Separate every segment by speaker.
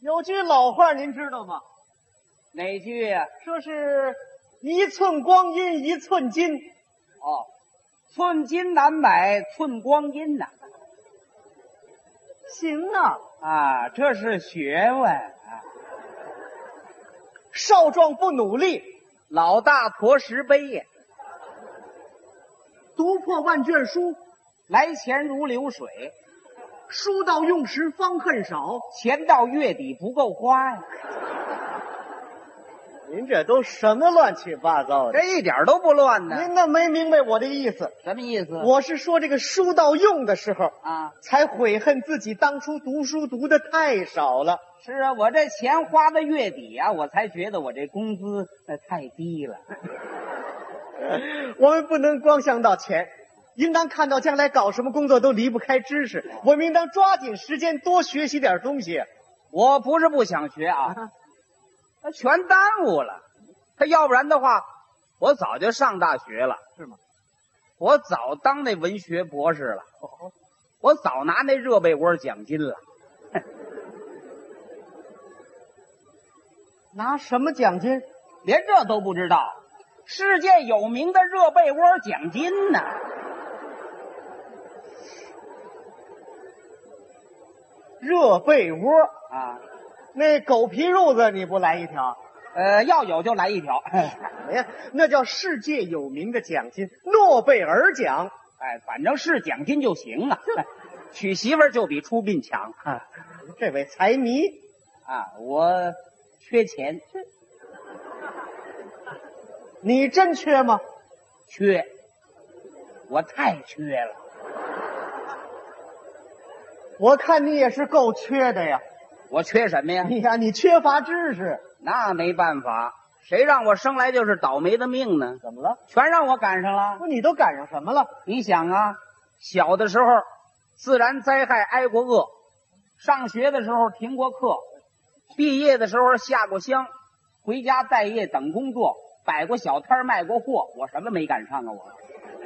Speaker 1: 有句老话您知道吗？
Speaker 2: 哪句呀、
Speaker 1: 说是一寸光阴一寸金，
Speaker 2: 哦，寸金难买寸光阴呐、
Speaker 1: 行啊，
Speaker 2: 啊！这是学问啊！
Speaker 1: 少壮不努力，
Speaker 2: 老大驮石碑呀，
Speaker 1: 读破万卷书，
Speaker 2: 来钱如流水，
Speaker 1: 书到用时方恨少。
Speaker 2: 钱到月底不够花呀，
Speaker 1: 您这都什么乱七八糟的？
Speaker 2: 这一点都不乱呢。
Speaker 1: 哎您那没明白我的意思，
Speaker 2: 什么意思？
Speaker 1: 我是说这个书到用的时候，
Speaker 2: 啊，
Speaker 1: 才悔恨自己当初读书读的太少了。
Speaker 2: 是啊，我这钱花到月底啊，我才觉得我这工资呃太低了。
Speaker 1: 我们不能光想到钱，应当看到将来搞什么工作都离不开知识。我们应当抓紧时间多学习点东西。
Speaker 2: 我不是不想学啊，那全耽误了。他要不然的话，我早就上大学了，
Speaker 1: 是吗？
Speaker 2: 我早当那文学博士了，我早拿那热被窝奖金了。
Speaker 1: 拿什么奖金？
Speaker 2: 连这都不知道，世界有名的热被窝奖金呢？
Speaker 1: 热被窝，
Speaker 2: 啊，
Speaker 1: 那狗皮褥子你不来一条？
Speaker 2: 呃，要有就来一条。 哎，
Speaker 1: 什么呀？那叫世界有名的奖金——诺贝尔奖。
Speaker 2: 反正是奖金就行了。娶媳妇儿就比出殡强啊！
Speaker 1: 这位财迷，
Speaker 2: 啊，我缺钱，
Speaker 1: 你真缺吗？
Speaker 2: 缺，我太缺了。
Speaker 1: 我看你也是够缺的呀！
Speaker 2: 我缺什么呀？
Speaker 1: 你呀、你缺乏知识，
Speaker 2: 那没办法，谁让我生来就是倒霉的命呢？
Speaker 1: 怎么了？
Speaker 2: 全让我赶上了。
Speaker 1: 不，你都赶上什么了？
Speaker 2: 你想啊，小的时候自然灾害挨过饿，上学的时候停过课，毕业的时候下过乡，回家待业等工作，摆过小摊儿卖过货，我什么没赶上啊？我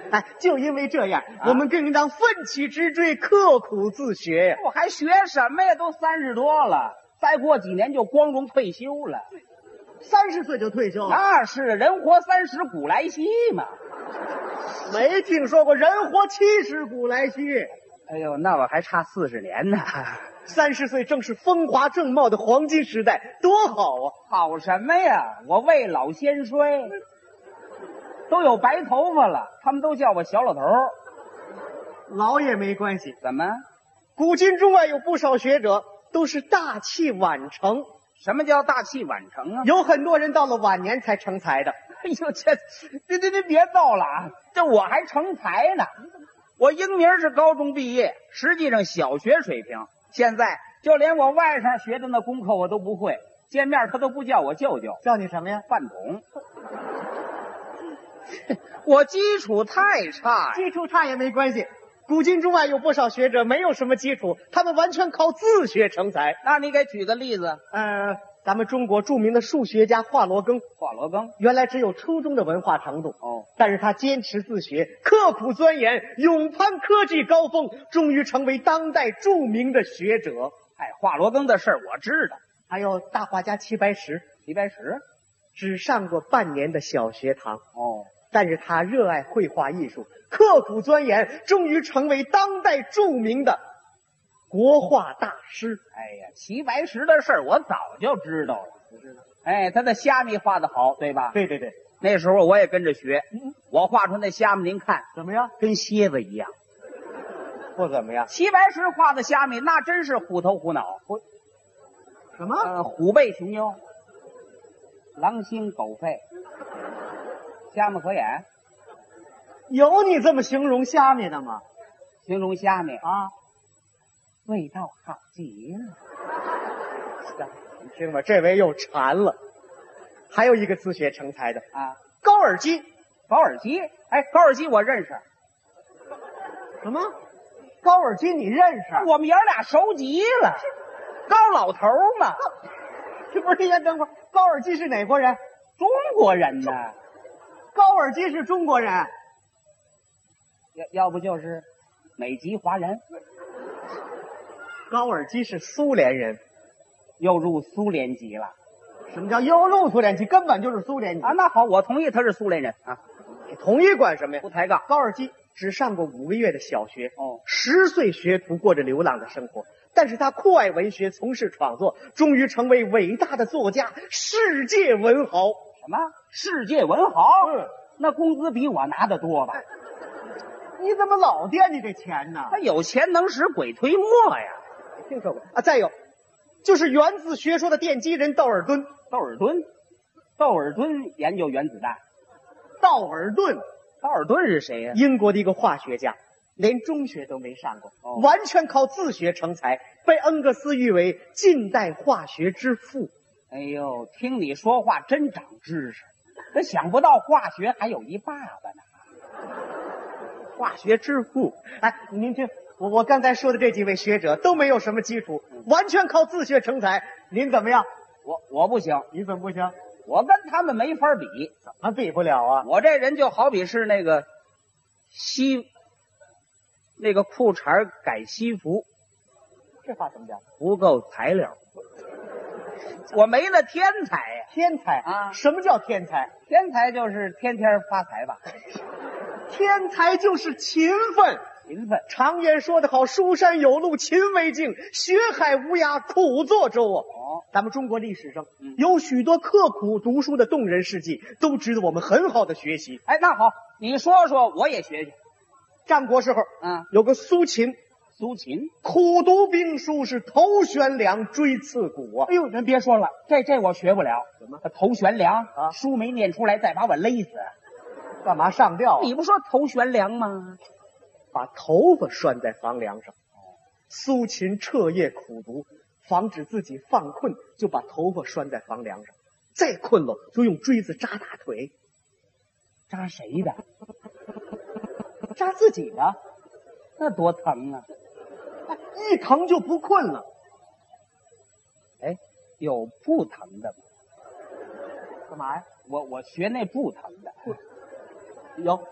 Speaker 1: 哎，就因为这样，
Speaker 2: 啊
Speaker 1: 我们更应当奋起直追，刻苦自学呀！
Speaker 2: 我还学什么呀？都三十多了，再过几年就光荣退休了。
Speaker 1: 三十岁就退休了，
Speaker 2: 那是人活三十古来稀嘛。
Speaker 1: 没听说过人活七十古来稀。
Speaker 2: 哎呦，那我还差四十年呢。
Speaker 1: 三十岁正是风华正茂的黄金时代，多好啊！
Speaker 2: 好什么呀？我未老先衰，都有白头发了，他们都叫我小老头儿。
Speaker 1: 老也没关系，
Speaker 2: 怎么？
Speaker 1: 古今中外有不少学者都是大器晚成，
Speaker 2: 什么叫大器晚成啊？
Speaker 1: 有很多人到了晚年才成才的。
Speaker 2: 哎呦，这这这这别造了啊！这我还成才呢，我英明是高中毕业，实际上小学水平。现在就连我外甥学的那功课我都不会，见面他都不叫我舅舅，
Speaker 1: 叫你什么呀？
Speaker 2: 饭 桶。我基础太差呀、
Speaker 1: 基础差也没关系。古今中外有不少学者没有什么基础，他们完全靠自学成才。
Speaker 2: 那你给举个例子，
Speaker 1: 呃，咱们中国著名的数学家华罗庚，
Speaker 2: 华罗庚。
Speaker 1: 原来只有初中的文化程度，
Speaker 2: 哦，
Speaker 1: 但是他坚持自学，刻苦钻研，勇攀科技高峰，终于成为当代著名的学者。
Speaker 2: 哎，华罗庚的事儿我知道。
Speaker 1: 还有大画家齐白石，
Speaker 2: 齐白石，
Speaker 1: 只上过半年的小学堂，
Speaker 2: 哦，
Speaker 1: 但是他热爱绘画艺术，刻苦钻研，终于成为当代著名的国画大师。
Speaker 2: 哎呀，齐白石的事儿我早就知道了。哎，他的虾米画的好，对吧？
Speaker 1: 对对对，
Speaker 2: 那时候我也跟着学
Speaker 1: 嗯，
Speaker 2: 我画出那虾米，您看
Speaker 1: 怎么样？
Speaker 2: 跟蝎子一样。
Speaker 1: 不怎么样。
Speaker 2: 齐白石画的虾米那真是虎头虎脑，虎
Speaker 1: 什么？
Speaker 2: 呃虎背熊腰，狼心狗肺，瞎目合眼，
Speaker 1: 有你这么形容虾米的吗？
Speaker 2: 形容虾米
Speaker 1: 啊，
Speaker 2: 味道好极了。
Speaker 1: 你听吧，这位又馋了。还有一个自学成才的
Speaker 2: 啊，
Speaker 1: 高尔基，
Speaker 2: 高尔基，哎，高尔基我认识，
Speaker 1: 什么？高尔基你认识？ 啊
Speaker 2: 我们爷儿俩熟极了，高老头儿嘛，
Speaker 1: 这不是先等会儿，高尔基是哪国人？
Speaker 2: 中国人呢，
Speaker 1: 高尔基是中国人，
Speaker 2: 要要不就是美籍华人，
Speaker 1: 高尔基是苏联人，
Speaker 2: 又入苏联籍了
Speaker 1: 什么叫右路苏联籍？根本就是苏联籍
Speaker 2: 啊。。那好，我同意他是苏联人啊，
Speaker 1: 你同意管什么呀
Speaker 2: 不？抬杠。
Speaker 1: 高尔基只上过五个月的小学，
Speaker 2: 哦，
Speaker 1: 十岁学徒过着流浪的生活，但是他酷爱文学，从事创作，终于成为伟大的作家、世界文豪。
Speaker 2: 什么世界文豪？
Speaker 1: 嗯，
Speaker 2: 那工资比我拿的多吧？
Speaker 1: 你怎么老惦记这钱呢？
Speaker 2: 他有钱能使鬼推磨呀。
Speaker 1: 听说过啊？再有，就是原子学说的奠基人道尔顿。
Speaker 2: 窦尔敦，窦尔敦研究原子弹。
Speaker 1: 道尔顿，
Speaker 2: 道尔顿是谁呀、
Speaker 1: 嗯英国的一个化学家，连中学都没上过，
Speaker 2: 哦
Speaker 1: 完全靠自学成才，被恩格斯誉为近代化学之父。
Speaker 2: 哎呦，听你说话真长知识，这想不到化学还有一爸爸呢。
Speaker 1: 化学之父。哎，您听，我我刚才说的这几位学者都没有什么基础，完全靠自学成才。您怎么样？
Speaker 2: 我我不行，
Speaker 1: 你怎么不行？
Speaker 2: 我跟他们没法比。
Speaker 1: 还比不了啊！
Speaker 2: 我这人就好比是那个西，那个裤衩改西服
Speaker 1: 这话怎么讲？
Speaker 2: 不够材料，我没那天才呀、
Speaker 1: 天才
Speaker 2: 啊
Speaker 1: 什么叫天才？
Speaker 2: 天才就是天天发财吧，
Speaker 1: 天才就是勤奋。
Speaker 2: 勤奋。
Speaker 1: 常言说得好，书山有路勤为径，学海无涯苦作舟啊。
Speaker 2: 哦，
Speaker 1: 咱们中国历史上
Speaker 2: 嗯
Speaker 1: 有许多刻苦读书的动人事迹，都值得我们很好的学习。
Speaker 2: 哎，那好，你说说，我也学学
Speaker 1: 战国时候
Speaker 2: 啊。
Speaker 1: 有个苏秦，
Speaker 2: 苏秦，
Speaker 1: 苦读兵书是头悬梁锥刺股啊！
Speaker 2: 哎呦，您别说了，这这我学不了。
Speaker 1: 怎么？
Speaker 2: 头悬梁
Speaker 1: 啊
Speaker 2: 书没念出来，再把我勒死。
Speaker 1: 干嘛上吊啊、
Speaker 2: 你不说头悬梁吗？
Speaker 1: 把头发拴在房梁上。苏秦彻夜苦读，防止自己犯困，就把头发拴在房梁上。再困了，就用锥子扎大腿，
Speaker 2: 扎谁的？
Speaker 1: 扎自己的，
Speaker 2: 那多疼啊！
Speaker 1: 一疼就不困了。
Speaker 2: 哎，有不疼的吗？
Speaker 1: 干嘛呀？
Speaker 2: 我我学那不疼的。
Speaker 1: 有，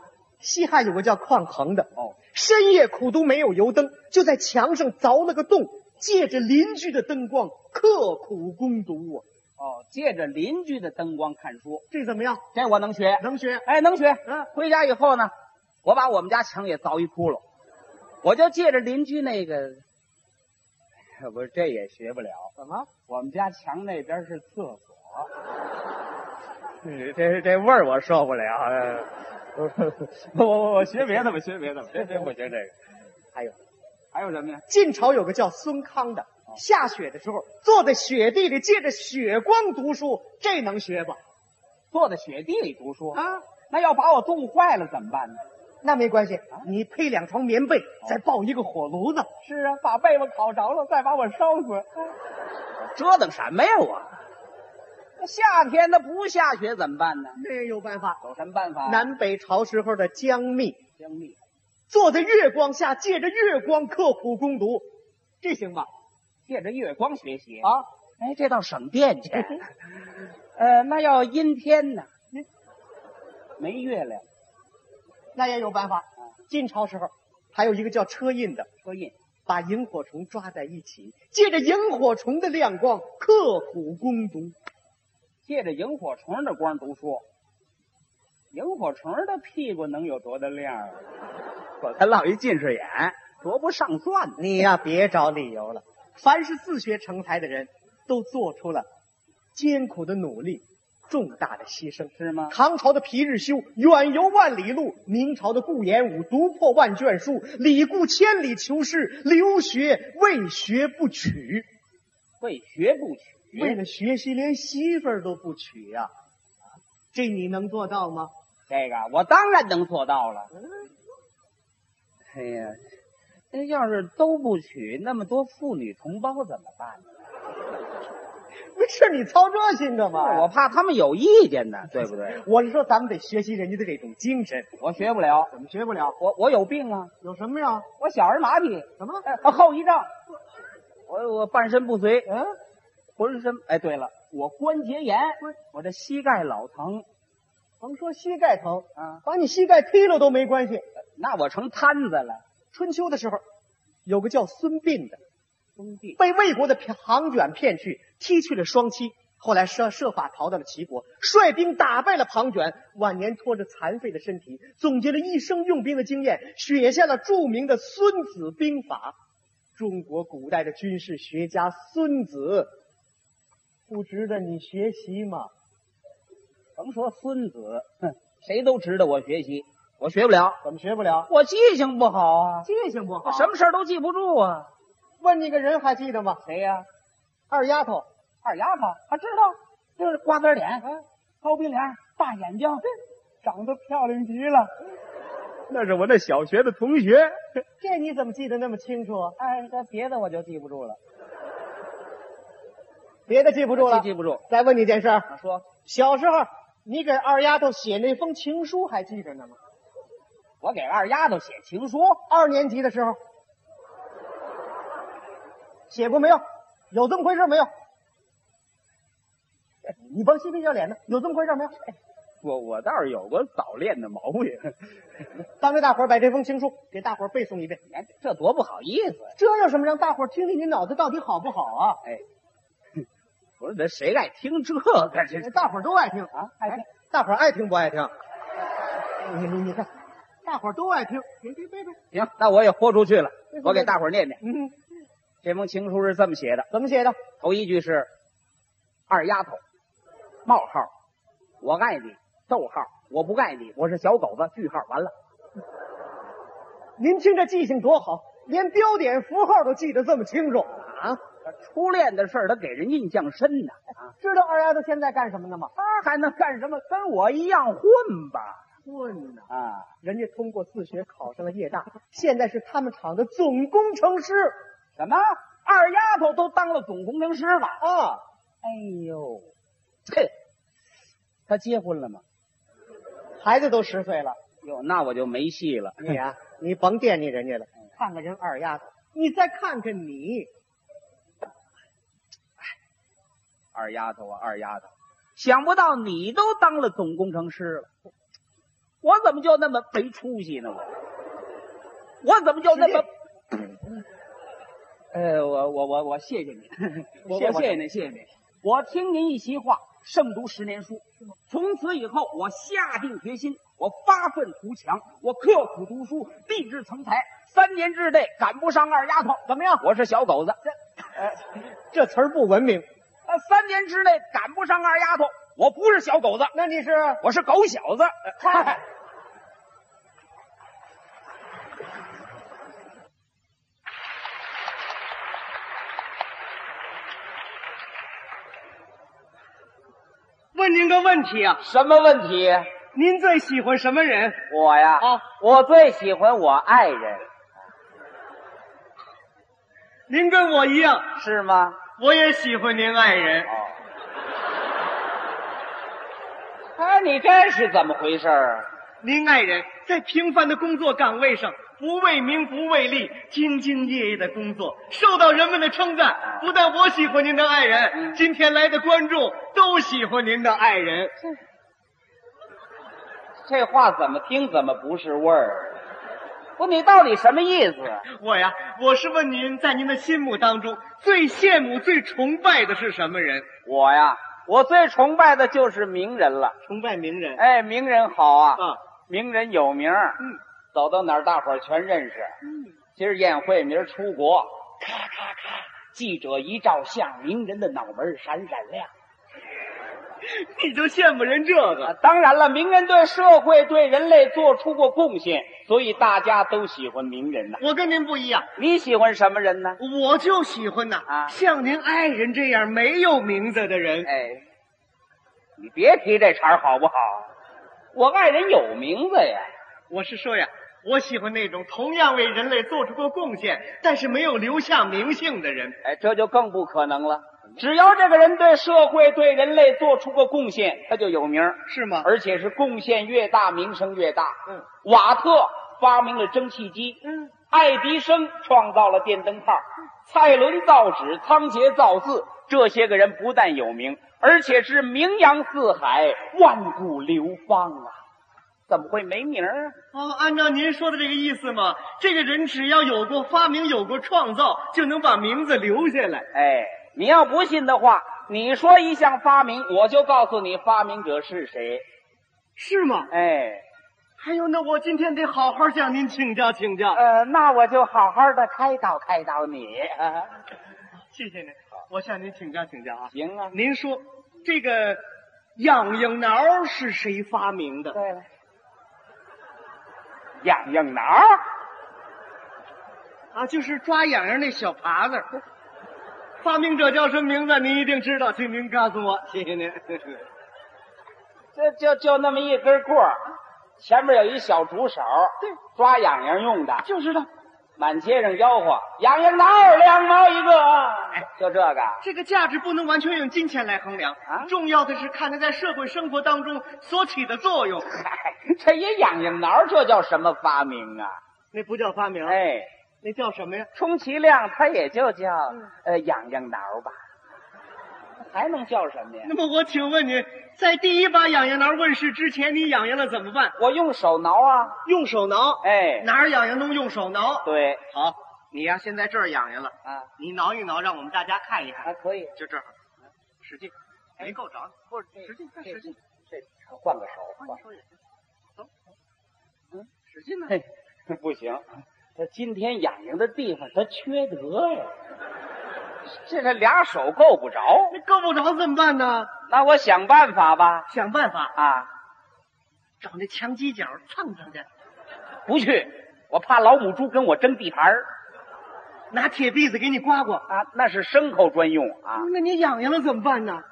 Speaker 1: 西汉有个叫匡衡的，
Speaker 2: 哦，
Speaker 1: 深夜苦读没有油灯，就在墙上凿了个洞，借着邻居的灯光刻苦攻读啊。
Speaker 2: 哦，借着邻居的灯光看书，
Speaker 1: 这怎么样？
Speaker 2: 这我能学。
Speaker 1: 能学？
Speaker 2: 哎，能学。
Speaker 1: 嗯
Speaker 2: 回家以后呢，我把我们家墙也凿一窟窿，我就借着邻居那个，不是这也学不了。
Speaker 1: 怎么？
Speaker 2: 我们家墙那边是厕所，
Speaker 1: 嗯这这味儿我受不了。啊
Speaker 2: 我我我学 别的吧，学别的吧，这这不行，这个。
Speaker 1: 还有
Speaker 2: 还有什么呀？
Speaker 1: 晋朝有个叫孙康的，下雪的时候坐在雪地里，借着雪光读书，这能学吧？
Speaker 2: 坐在雪地里读书
Speaker 1: 啊，
Speaker 2: 那要把我冻坏了怎么办呢？
Speaker 1: 那没关系，你配两床棉被，再抱一个火炉子，
Speaker 2: 是啊，把被子烤着了，再把我烧死。折腾什么呀我？ 那夏天那不下雪怎么办呢？
Speaker 1: 没有办法。
Speaker 2: 有什么办法？
Speaker 1: 南北朝时候的姜密
Speaker 2: 江密，
Speaker 1: 坐在月光下，借着月光刻苦攻读，这行吧？
Speaker 2: 借着月光学习。
Speaker 1: 啊，
Speaker 2: 哎，这倒省电去。 呃，那要阴天呢？没月亮，
Speaker 1: 那也有办法。晋朝时候还有一个叫车胤的，
Speaker 2: 车胤。
Speaker 1: 把萤火虫抓在一起，借着萤火虫的亮光刻苦攻读。
Speaker 2: 借着萤火虫的光读书。萤火虫的屁股能有多大亮啊？我才落一近视眼，多不上算呢。
Speaker 1: 你呀、别找理由了。凡是自学成才的人，都做出了艰苦的努力、重大的牺牲。
Speaker 2: 是吗？
Speaker 1: 唐朝的皮日休远游万里路，明朝的顾炎武读破万卷书，李固千里求师，留学为学不娶，
Speaker 2: 会学不取，
Speaker 1: 为了学习连媳妇儿都不娶呀、这你能做到吗？
Speaker 2: 这个我当然能做到了。哎呀，那要是都不娶，那么多妇女同胞怎么办呢？
Speaker 1: 没事，你操这心干嘛呀？
Speaker 2: 我怕他们有意见呢，对不对？
Speaker 1: 我是说，咱们得学习人家的这种精神。
Speaker 2: 我学不了，
Speaker 1: 怎么学不了？
Speaker 2: 我我有病啊，
Speaker 1: 有什么呀？
Speaker 2: 我小儿麻痹，
Speaker 1: 什么？
Speaker 2: 哎后遗症，我我半身不遂，
Speaker 1: 嗯、
Speaker 2: 浑身哎，对了，我关节炎，我这膝盖老疼
Speaker 1: 甭说膝盖疼，
Speaker 2: 啊，
Speaker 1: 把你膝盖劈了都没关系。
Speaker 2: 那我成瘫子了。
Speaker 1: 春秋的时候，有个叫孙膑的，
Speaker 2: 兄弟，
Speaker 1: 被魏国的庞涓骗去，踢去了双栖，后来设设法逃到了齐国，率兵打败了庞涓。晚年拖着残废的身体，总结了一生用兵的经验，写下了著名的《孙子兵法》。中国古代的军事学家孙子，不值得你学习吗？
Speaker 2: 甭说孙子，哼，谁都值得我学习，我学不了，
Speaker 1: 怎么学不了？
Speaker 2: 我记性不好啊，
Speaker 1: 记性不好
Speaker 2: 我什么事儿都记不住啊。
Speaker 1: 问你个人还记得吗？
Speaker 2: 谁呀、
Speaker 1: 二丫头，
Speaker 2: 二丫头，他知道，就是瓜子脸，嗯高鼻梁，大眼睛，长得漂亮极了。
Speaker 3: 那是我那小学的同学。
Speaker 1: 这你怎么记得那么清楚啊？
Speaker 2: 哎，这别的我就记不住了，
Speaker 1: 别的记不住了。
Speaker 2: 记记不住。
Speaker 1: 再问你件事儿，
Speaker 2: 我说
Speaker 1: 小时候你给二丫头写那封情书还记着呢吗？
Speaker 2: 我给二丫头写情书，
Speaker 1: 二年级的时候写过没有？有这么回事没有？你甭嬉皮笑脸的，有这么回事没有？
Speaker 3: 我我倒是有过早恋的毛病，
Speaker 1: 当着大伙儿把这封情书给大伙儿背诵一遍，
Speaker 2: 你看哎这多不好意思呀、
Speaker 1: 这有什么让大伙儿听听你脑子到底好不好啊？
Speaker 3: 不是那谁爱听这个？
Speaker 2: 哎
Speaker 3: 这
Speaker 1: 大伙儿都爱听啊，爱听。大伙儿爱听不爱听？你你你看，大伙儿都爱听，你别背背。
Speaker 2: 行，那我也豁出去了
Speaker 1: 为什么，
Speaker 2: 我给大伙儿念念。
Speaker 1: 嗯，
Speaker 2: 这封情书是这么写的：
Speaker 1: 怎么写的？
Speaker 2: 头一句是“二丫头”，冒号，我爱你，逗号，我不爱你，我是小狗子，句号，完了。
Speaker 1: 您听这记性多好，连标点符号都记得这么清楚啊！
Speaker 2: 初恋的事儿，他给人印象深呐。啊，
Speaker 1: 知道二丫头现在干什么呢吗？
Speaker 2: 他还能干什么？跟我一样混吧。
Speaker 1: 混呢！
Speaker 2: 啊，
Speaker 1: 人家通过自学考上了夜大，现在是他们厂的总工程师
Speaker 2: 什么？二丫头都当了总工程师了？
Speaker 1: 啊！
Speaker 2: 哎呦，嘿，他结婚了吗？
Speaker 1: 孩子都十岁了，
Speaker 2: 哟，那我就没戏了。
Speaker 1: 你 啊，你甭惦记人家了，看看人二丫头，你再看看你，
Speaker 2: 二丫头啊，二丫头，想不到你都当了总工程师了，我怎么就那么没出息呢？我，我怎么就那么…… 呃，我我我我谢谢你，
Speaker 1: 我
Speaker 2: 谢
Speaker 1: 我
Speaker 2: 谢你，谢谢你。我听您一席话，胜读十年书。从此以后，我下定决心，我发愤图强，我刻苦读书，励志成才。三年之内赶不上二丫头，
Speaker 1: 怎么样？
Speaker 2: 我是小狗子。
Speaker 1: 这词儿不文明，
Speaker 2: 呃，三年之内赶不上二丫头，我不是小狗子，
Speaker 1: 那你是？
Speaker 2: 我是狗小子。
Speaker 1: 嗨问您个问题啊，
Speaker 2: 什么问题？
Speaker 1: 您最喜欢什么人？
Speaker 2: 我呀，
Speaker 1: 啊
Speaker 2: 我最喜欢我爱人，
Speaker 1: 您跟我一样，
Speaker 2: 是吗？
Speaker 1: 我也喜欢您爱人。
Speaker 2: 哎，你这是怎么回事儿？啊
Speaker 1: 您爱人在平凡的工作岗位上，不为名不为利，兢兢业业的工作，受到人们的称赞。不但我喜欢您的爱人，今天来的观众都喜欢您的爱人。
Speaker 2: 这话怎么听怎么不是味儿？啊不，你到底什么意思？啊
Speaker 1: 我呀，我是问您，在您的心目当中，最羡慕、最崇拜的是什么人？
Speaker 2: 我呀，我最崇拜的就是名人了。
Speaker 1: 崇拜名人
Speaker 2: 哎，名人好啊，
Speaker 1: 啊，
Speaker 2: 名人有名，嗯，走到哪儿大伙儿全认识。嗯，今儿宴会，明儿出国，咔咔咔，记者一照相，名人的脑门儿闪闪亮。
Speaker 1: 你就羡慕人这个？
Speaker 2: 啊，当然了，名人对社会、对人类做出过贡献，所以大家都喜欢名人呐、
Speaker 1: 我跟您不一样，
Speaker 2: 你喜欢什么人呢？
Speaker 1: 我就喜欢呐、
Speaker 2: 啊
Speaker 1: 像您爱人这样没有名字的人。
Speaker 2: 哎，你别提这茬儿好不好？我爱人有名字呀，
Speaker 1: 我是说呀，我喜欢那种同样为人类做出过贡献，但是没有留下名姓的人。
Speaker 2: 哎，这就更不可能了。只要这个人对社会、对人类做出过贡献，他就有名儿，
Speaker 1: 是吗？
Speaker 2: 而且是贡献越大，名声越大。
Speaker 1: 嗯，
Speaker 2: 瓦特发明了蒸汽机，
Speaker 1: 嗯，
Speaker 2: 爱迪生创造了电灯泡，蔡伦造纸，仓颉造字，这些个人不但有名，而且是名扬四海，万古流芳啊！怎么会没名儿啊？
Speaker 1: 哦，按照您说的这个意思嘛，这个人只要有过发明、有过创造，就能把名字留下来。
Speaker 2: 哎，你要不信的话，你说一项发明，我就告诉你发明者是谁。
Speaker 3: 是吗？
Speaker 2: 哎，
Speaker 3: 哎呦，那我今天得好好向您请教请教。
Speaker 2: 呃，那我就好好的开导开导你。
Speaker 1: 啊
Speaker 3: 谢谢您，我向您请教请教啊。
Speaker 2: 行啊，
Speaker 3: 您说这个痒痒挠是谁发明的？
Speaker 2: 对了，痒痒挠，
Speaker 3: 啊，就是抓痒痒那小耙子。发明者叫什么名字？您一定知道，请您告诉我。谢谢您。
Speaker 2: 这就就那么一根棍儿，前面有一小竹手，
Speaker 3: 对，
Speaker 2: 抓痒痒用的。
Speaker 3: 就是的，
Speaker 2: 满街上吆喝，痒痒挠两毛一个，就这个。
Speaker 3: 这个价值不能完全用金钱来衡量
Speaker 2: 啊
Speaker 3: 重要的是看它在社会生活当中所起的作用。
Speaker 2: 嗨，这也痒痒挠，这叫什么发明啊？
Speaker 3: 那不叫发明，
Speaker 2: 哎，
Speaker 3: 那叫什么呀？
Speaker 2: 充其量它也就叫呃痒痒挠吧，还能叫什么呀？
Speaker 3: 那么我请问您，在第一把痒痒挠问世之前，你痒痒了怎么办？
Speaker 2: 我用手挠啊，
Speaker 3: 用手挠，
Speaker 2: 哎，
Speaker 3: 哪儿痒痒都用手挠。
Speaker 2: 对
Speaker 3: 好，你呀、现在这儿痒痒了，
Speaker 2: 啊，
Speaker 3: 你挠一挠，让我们大家看一看。
Speaker 2: 还可以，
Speaker 3: 就这儿，使劲，没够着，
Speaker 2: 不是
Speaker 3: 使劲，再使劲，
Speaker 2: 这换个手，换
Speaker 3: 换手也行，走，嗯，使劲呢。
Speaker 2: 嘿，不行，他今天痒痒的地方他缺德呀，这个俩手够不着，
Speaker 3: 那够不着怎么办呢？
Speaker 2: 那我想办法吧。
Speaker 3: 想办法
Speaker 2: 啊，
Speaker 3: 找那墙犄角蹭蹭去，
Speaker 2: 不去，我怕老母猪跟我争地盘儿
Speaker 3: 拿铁篦子给你刮刮。
Speaker 2: 啊，那是牲口专用啊。
Speaker 3: 那你痒痒了怎么办呢？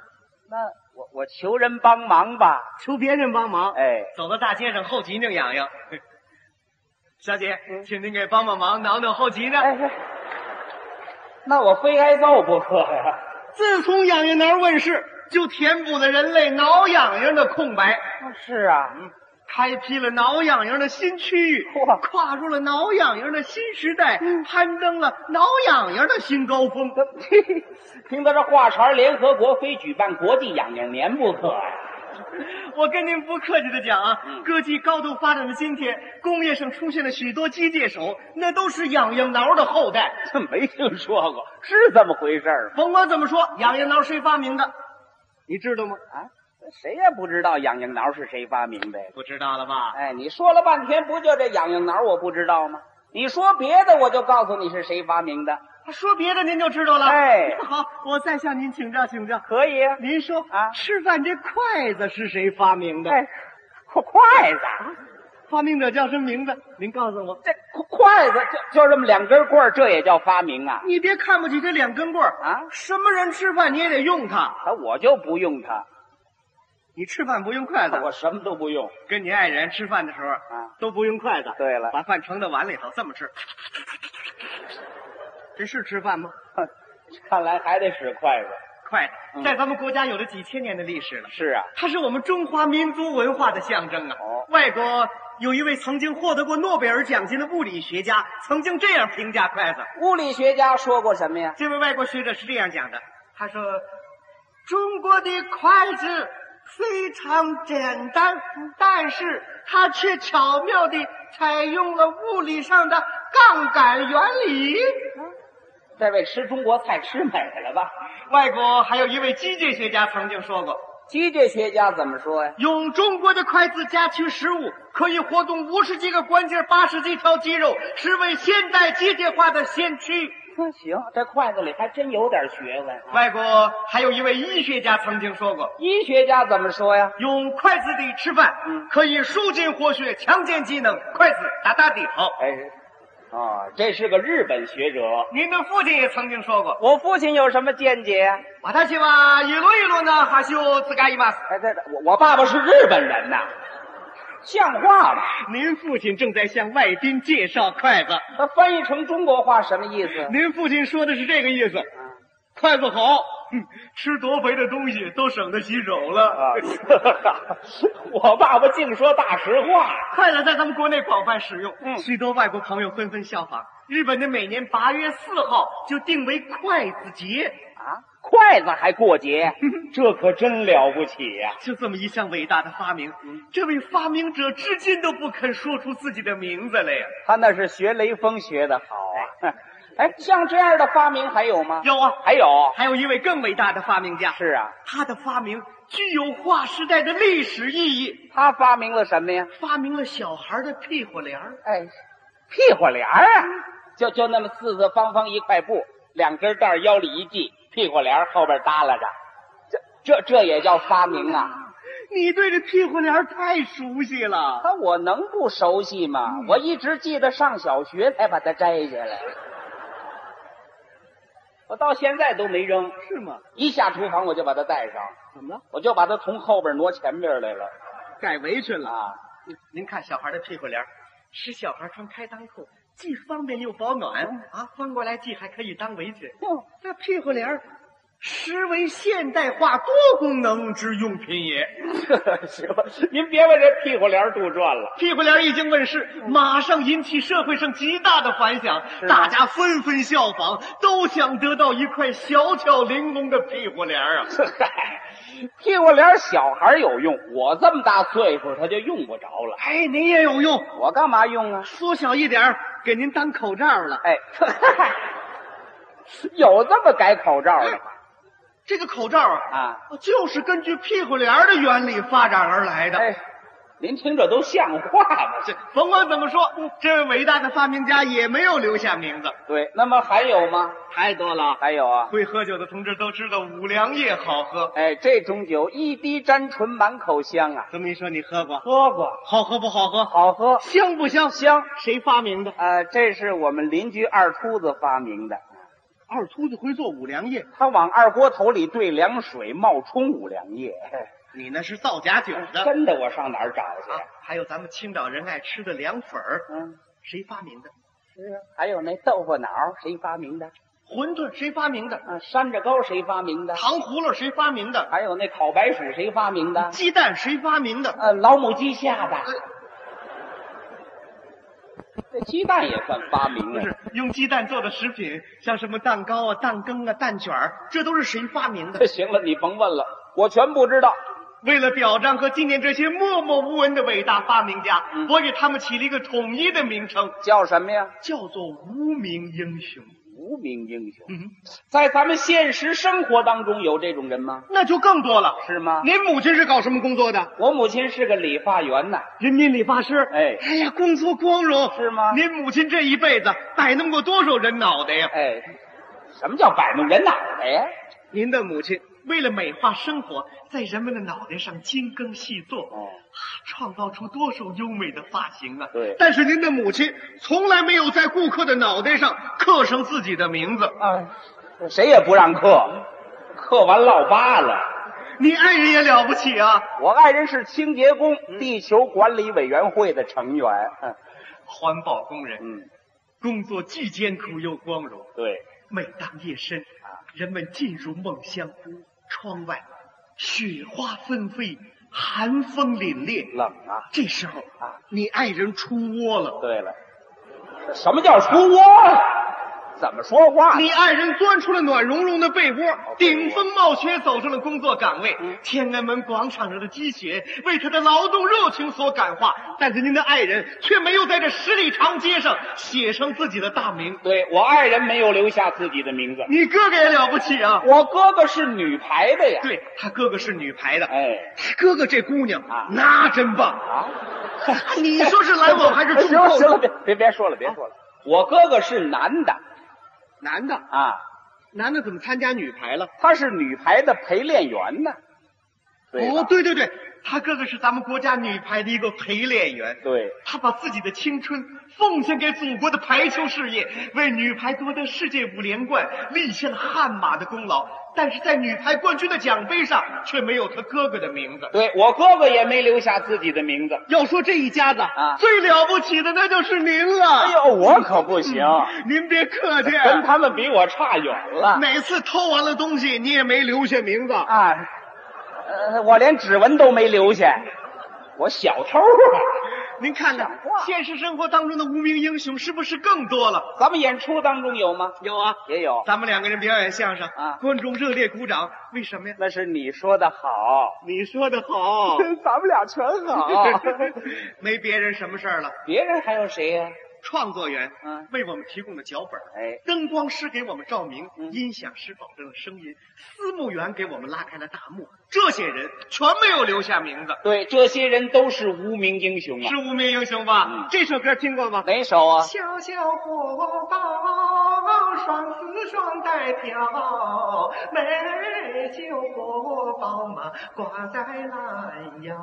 Speaker 2: 那我我求人帮忙吧。
Speaker 3: 求别人帮忙。
Speaker 2: 哎，
Speaker 3: 走到大街上，后脊梁痒痒。 小姐，请您给帮帮忙，挠挠后脊梁。
Speaker 2: 哎，是那我非挨揍不可呀、
Speaker 3: 自从痒痒挠问世，就填补了人类挠痒痒的空白，
Speaker 2: 是啊，
Speaker 3: 开辟了挠痒痒的新区域
Speaker 2: 嚯，
Speaker 3: 跨入了挠痒痒的新时代，攀登了挠痒痒的新高 峰。
Speaker 2: 听到这话茬儿，联合国非举办国际养羊年不可呀、
Speaker 3: 我跟您不客气的讲啊，科技高度发展的今天，工业上出现了许多机械手，那都是痒痒挠的后代。
Speaker 2: 这 没听说过，是这么回事儿吗？
Speaker 3: 甭管怎么说，痒痒挠谁发明的，你知道吗？
Speaker 2: 啊，谁也不知道痒痒挠是谁发明的呀。
Speaker 3: 不知道了吧？
Speaker 2: 哎，你说了半天，不就这痒痒挠我不知道吗？你说别的，我就告诉你是谁发明的。
Speaker 3: 说别的您就知道了。
Speaker 2: 哎
Speaker 3: 好，我再向您请教请教。
Speaker 2: 可以啊，
Speaker 3: 您说
Speaker 2: 啊
Speaker 3: 吃饭这筷子是谁发明的？
Speaker 2: 哎，筷筷子啊。
Speaker 3: 发明者叫什么名字？您告诉我。
Speaker 2: 这筷子就就这么两根棍儿，这也叫发明啊？
Speaker 3: 你别看不起这两根棍儿
Speaker 2: 啊
Speaker 3: 什么人吃饭你也得用它。
Speaker 2: 啊，我就不用它，
Speaker 3: 你吃饭不用筷 子，
Speaker 2: 我什么都不用。
Speaker 3: 跟你爱人吃饭的时候
Speaker 2: 啊
Speaker 3: 都不用筷子。
Speaker 2: 对了
Speaker 3: 把饭盛到碗里头这么吃，这是吃饭吗？
Speaker 2: 看来还得使筷子。
Speaker 3: 筷子、
Speaker 2: 嗯
Speaker 3: 在咱们国家有了几千年的历史了。
Speaker 2: 是啊，
Speaker 3: 它是我们中华民族文化的象征啊！
Speaker 2: 哦
Speaker 3: 外国有一位曾经获得过诺贝尔奖金的物理学家，曾经这样评价筷子。
Speaker 2: 物理学家说过什么呀？
Speaker 3: 这位外国学者是这样讲的：他说，中国的筷子非常简单，但是它却巧妙地采用了物理上的杠杆原理。
Speaker 2: 这位吃中国菜吃美了吧？
Speaker 3: 外国还有一位机械学家曾经说过，
Speaker 2: 机械学家怎么说呀？
Speaker 3: 用中国的筷子夹取食物，可以活动五十几个关节、八十几条肌肉，是为现代机械化的先驱。
Speaker 2: 说行，这筷子里还真有点学问、啊。
Speaker 3: 外国还有一位医学家曾经说过，
Speaker 2: 医学家怎么说呀？
Speaker 3: 用筷子底吃饭，
Speaker 2: 嗯
Speaker 3: 可以舒筋活血、强健机能。筷子打打底头。
Speaker 2: 哎，哦，这是个日本学者。
Speaker 3: 您的父亲也曾经说过，
Speaker 2: 我父亲有什么见解呀？
Speaker 3: 私はゆるゆるな箸を使います。
Speaker 2: 哎，对的，我我爸爸是日本人呐，像话吗？
Speaker 3: 您父亲正在向外宾介绍筷子。
Speaker 2: 他翻译成中国话什么意思？
Speaker 3: 您父亲说的是这个意思。筷子好，嗯哼吃多肥的东西都省得洗手了。
Speaker 2: 啊， 我爸爸净说大实话。
Speaker 3: 筷子在咱们国内广泛使用，
Speaker 2: 嗯
Speaker 3: 许多外国朋友纷纷效仿。日本的每年八月四号就定为筷子节，
Speaker 2: 啊，筷子还过节， 这可真了不起呀、
Speaker 3: 就这么一项伟大的发明，这位发明者至今都不肯说出自己的名字来呀。
Speaker 2: 他那是学雷锋学的好啊。 哎，像这样的发明还有吗？
Speaker 3: 有啊，
Speaker 2: 还有
Speaker 3: 还有一位更伟大的发明家，
Speaker 2: 是啊，
Speaker 3: 他的发明具有划时代的历史意义，
Speaker 2: 他发明了什么呀？
Speaker 3: 发明了小孩的屁股帘儿。
Speaker 2: 哎，屁股帘儿啊，就就那么四四方方一块布，两根带儿腰里一系，屁股帘儿后边耷拉着，这这这也叫发明啊？
Speaker 3: 你对这屁股帘儿太熟悉了，
Speaker 2: 那我能不熟悉吗？我一直记得上小学才把它摘下来，我到现在都没扔，
Speaker 3: 是吗？
Speaker 2: 一下厨房我就把它带上，
Speaker 3: 怎么了？
Speaker 2: 我就把它从后边挪前边来了
Speaker 3: 改围裙了？
Speaker 2: 啊。
Speaker 3: 您看小孩的屁股帘儿，使小孩穿开裆裤，既方便又保暖啊，翻过来系还可以当围裙。
Speaker 2: 哟
Speaker 3: 这屁股帘儿，实为现代化多功能之用品也。
Speaker 2: 行了，您别为这屁股帘儿杜撰了。
Speaker 3: 屁股帘儿一经问世，马上引起社会上极大的反响，
Speaker 2: 是吗
Speaker 3: 大家纷纷效仿，都想得到一块小巧玲珑的屁股帘儿啊！
Speaker 2: 嗨，屁股帘儿小孩儿有用，我这么大岁数他就用不着了，
Speaker 3: 哎，您也有用，
Speaker 2: 我干嘛用啊？
Speaker 3: 缩小一点儿，给您当口罩了。
Speaker 2: 哎，嗨有这么改口罩的吗？
Speaker 3: 这个口罩啊，
Speaker 2: 啊，
Speaker 3: 就是根据屁股帘儿的原理发展而来的。
Speaker 2: 哎，您听着都像话吗？
Speaker 3: 这甭管怎么说，这位伟大的发明家也没有留下名字，
Speaker 2: 对，那么还有吗？
Speaker 3: 太多了。
Speaker 2: 还有啊，
Speaker 3: 会喝酒的同志都知道五粮液好喝，
Speaker 2: 哎，这种酒一滴沾唇满口香啊，
Speaker 3: 这么一说你喝过，
Speaker 2: 喝过，
Speaker 3: 好喝不好喝？
Speaker 2: 好喝
Speaker 3: 香不香？
Speaker 2: 香。
Speaker 3: 谁发明的？
Speaker 2: 呃，这是我们邻居二秃子发明的，
Speaker 3: 二秃子会做五粮液，
Speaker 2: 他往二锅头里兑凉水，冒充五粮液。
Speaker 3: 你那是造假酒的。
Speaker 2: 真的，我上哪儿找去
Speaker 3: 啊？，还有咱们青岛人爱吃的凉粉儿，
Speaker 2: 嗯，
Speaker 3: 谁发明的？
Speaker 2: 是啊，还有那豆腐脑儿谁发明的？
Speaker 3: 馄饨谁发明的？
Speaker 2: 啊，山楂糕谁发明的？
Speaker 3: 糖葫芦谁发明的？
Speaker 2: 还有那烤白薯谁发明的？
Speaker 3: 鸡蛋谁发明的？
Speaker 2: 呃，老母鸡下巴。这鸡蛋也算发明啊
Speaker 3: 不
Speaker 2: 了
Speaker 3: 是，用鸡蛋做的食品，像什么蛋糕啊、蛋羹啊、蛋卷儿，这都是谁发明的？
Speaker 2: 这 行了，你甭问了，我全不知道。
Speaker 3: 为了表彰和纪念这些默默无闻的伟大发明家，我给他们起了一个统一的名称，
Speaker 2: 叫什么呀？
Speaker 3: 叫做无名英雄。
Speaker 2: 无名英雄，
Speaker 3: 嗯，
Speaker 2: 在咱们现实生活当中有这种人吗？
Speaker 3: 那就更多了。
Speaker 2: 是吗？
Speaker 3: 您母亲是搞什么工作的？
Speaker 2: 我母亲是个理发员呐，
Speaker 3: 人民理发师。
Speaker 2: 哎
Speaker 3: 哎呀，工作光荣
Speaker 2: 是吗
Speaker 3: 您母亲这一辈子摆弄过多少人脑袋呀？
Speaker 2: 哎，什么叫摆弄人脑袋呀？
Speaker 3: 您的母亲为了美化生活，在人们的脑袋上精耕细作，
Speaker 2: 哦
Speaker 3: 啊，创造出多少优美的发型啊！
Speaker 2: 对
Speaker 3: 但是您的母亲从来没有在顾客的脑袋上刻上自己的名字。
Speaker 2: 啊，谁也不让刻，刻完落疤了。
Speaker 3: 你爱人也了不起啊！
Speaker 2: 我爱人是清洁工，地球管理委员会的成员。嗯
Speaker 3: 环保工人
Speaker 2: 嗯，
Speaker 3: 工作既艰苦又光荣。
Speaker 2: 对，
Speaker 3: 每当夜深，人们进入梦乡，窗外雪花纷飞，寒风凛冽。
Speaker 2: 冷啊。
Speaker 3: 这时候
Speaker 2: 啊，
Speaker 3: 你爱人出窝了。
Speaker 2: 对了，什么叫出窝？怎么说话呢？
Speaker 3: 你爱人钻出了暖融融的啊哦被窝，嗯顶风冒雪走上了工作岗位。天安门广场上的积雪为他的劳动热情所感化，但是您的爱人却没有在这十里长街上写上自己的大名。
Speaker 2: 对我爱人没有留下自己的名字，
Speaker 3: 你哥哥也了不起啊！
Speaker 2: 我哥哥是女排的呀。，
Speaker 3: 对他哥哥是女排的，
Speaker 2: 哎
Speaker 3: 他哥哥这姑娘
Speaker 2: 啊
Speaker 3: 那 真棒。
Speaker 2: 啊，
Speaker 3: 你说是拦我还 是
Speaker 2: 行
Speaker 3: 中
Speaker 2: 了行了，
Speaker 3: 扣？
Speaker 2: 别别别说了，别说了。啊我哥哥是男的
Speaker 3: 男的，
Speaker 2: 啊，
Speaker 3: 男的怎么参加女排了？
Speaker 2: 他是女排的陪练员呢。对吧
Speaker 3: 哦，对对对，他哥哥是咱们国家女排的一个陪练员。
Speaker 2: 对，
Speaker 3: 他把自己的青春奉献给祖国的排球事业，为女排夺得世界五连冠立下了汗马的功劳。但是在女排冠军的奖杯上却没有他哥哥的名字。
Speaker 2: 对我哥哥也没留下自己的名字。
Speaker 3: 要说这一家子
Speaker 2: 啊
Speaker 3: 最了不起的那就是您
Speaker 2: 哎
Speaker 3: 了。
Speaker 2: 呦，我可不 行，
Speaker 3: 您别客气，啊
Speaker 2: 跟他们比我差远了
Speaker 3: 每次偷完了东西你也没留下名字。
Speaker 2: 啊！呃，我连指纹都没留下，我小偷啊！
Speaker 3: 您看看
Speaker 2: 讲话，
Speaker 3: 现实生活当中的无名英雄是不是更多了？
Speaker 2: 咱们演出当中有吗？
Speaker 3: 有啊，
Speaker 2: 也有，
Speaker 3: 咱们两个人表演相声
Speaker 2: 啊
Speaker 3: 观众热烈鼓掌，为什么呀？
Speaker 2: 那是你说的好，
Speaker 3: 你说的好
Speaker 2: 咱们俩全好
Speaker 3: 没别人什么事儿了。
Speaker 2: 别人还有谁呀、
Speaker 3: 创作员
Speaker 2: 嗯
Speaker 3: 为我们提供了脚本，
Speaker 2: 哎，
Speaker 3: 灯光师给我们照明，
Speaker 2: 嗯
Speaker 3: 音响师保证了声音，私募园给我们拉开了大幕。这些人全没有留下名字，
Speaker 2: 对，这些人都是无名英雄啊
Speaker 3: 是。无名英雄吧？
Speaker 2: 嗯
Speaker 3: 这首歌听过吗？
Speaker 2: 哪首啊？
Speaker 3: 小小火包，双丝双带飘，美酒火宝马挂在拦腰。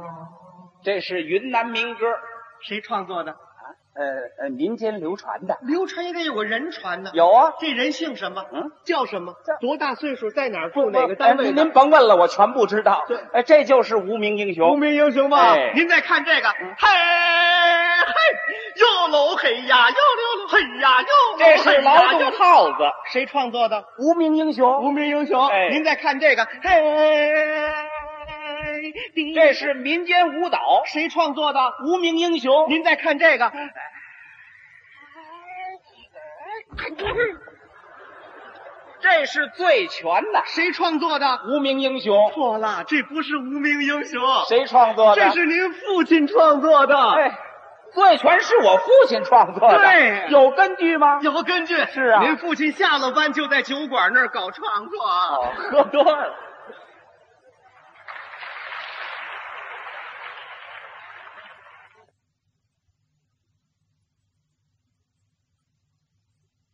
Speaker 2: 这是云南民歌，
Speaker 3: 谁创作的？
Speaker 2: 呃呃，民间流传的。
Speaker 3: 流传应该有个人传呢。
Speaker 2: 有啊，
Speaker 3: 这人姓什么？
Speaker 2: 嗯，
Speaker 3: 叫什么
Speaker 2: 这？
Speaker 3: 多大岁数？在哪儿住？哪个单位
Speaker 2: 哎
Speaker 3: 的？
Speaker 2: 您甭问了，我全不知道。哎，这就是无名英
Speaker 3: 无
Speaker 2: 雄。
Speaker 3: 名英雄吧
Speaker 2: 哎？
Speaker 3: 您再看这个，嘿嘿，又喽嘿呀，又溜喽嘿呀，又
Speaker 2: 这
Speaker 3: 喽嘿
Speaker 2: 是
Speaker 3: 呀
Speaker 2: 劳动
Speaker 3: 又喽
Speaker 2: 号子，
Speaker 3: 谁创作的？
Speaker 2: 无名英
Speaker 3: 无
Speaker 2: 雄。
Speaker 3: 名英雄
Speaker 2: 哎。
Speaker 3: 您再看这个，嘿，你
Speaker 2: 这是民间舞蹈，
Speaker 3: 谁创作的？
Speaker 2: 无名英雄。
Speaker 3: 您再看这个，
Speaker 2: 这是醉拳呐，
Speaker 3: 谁创作的？
Speaker 2: 无名英雄。
Speaker 3: 错了，这不是无名英雄，
Speaker 2: 谁创作的？
Speaker 3: 这是您父亲创作的。
Speaker 2: 哎，醉拳是我父亲创作的，
Speaker 3: 对
Speaker 2: 有根据吗？
Speaker 3: 有根据，
Speaker 2: 是啊
Speaker 3: 您父亲下了班就在酒馆那儿搞创作，
Speaker 2: 哦，喝多了。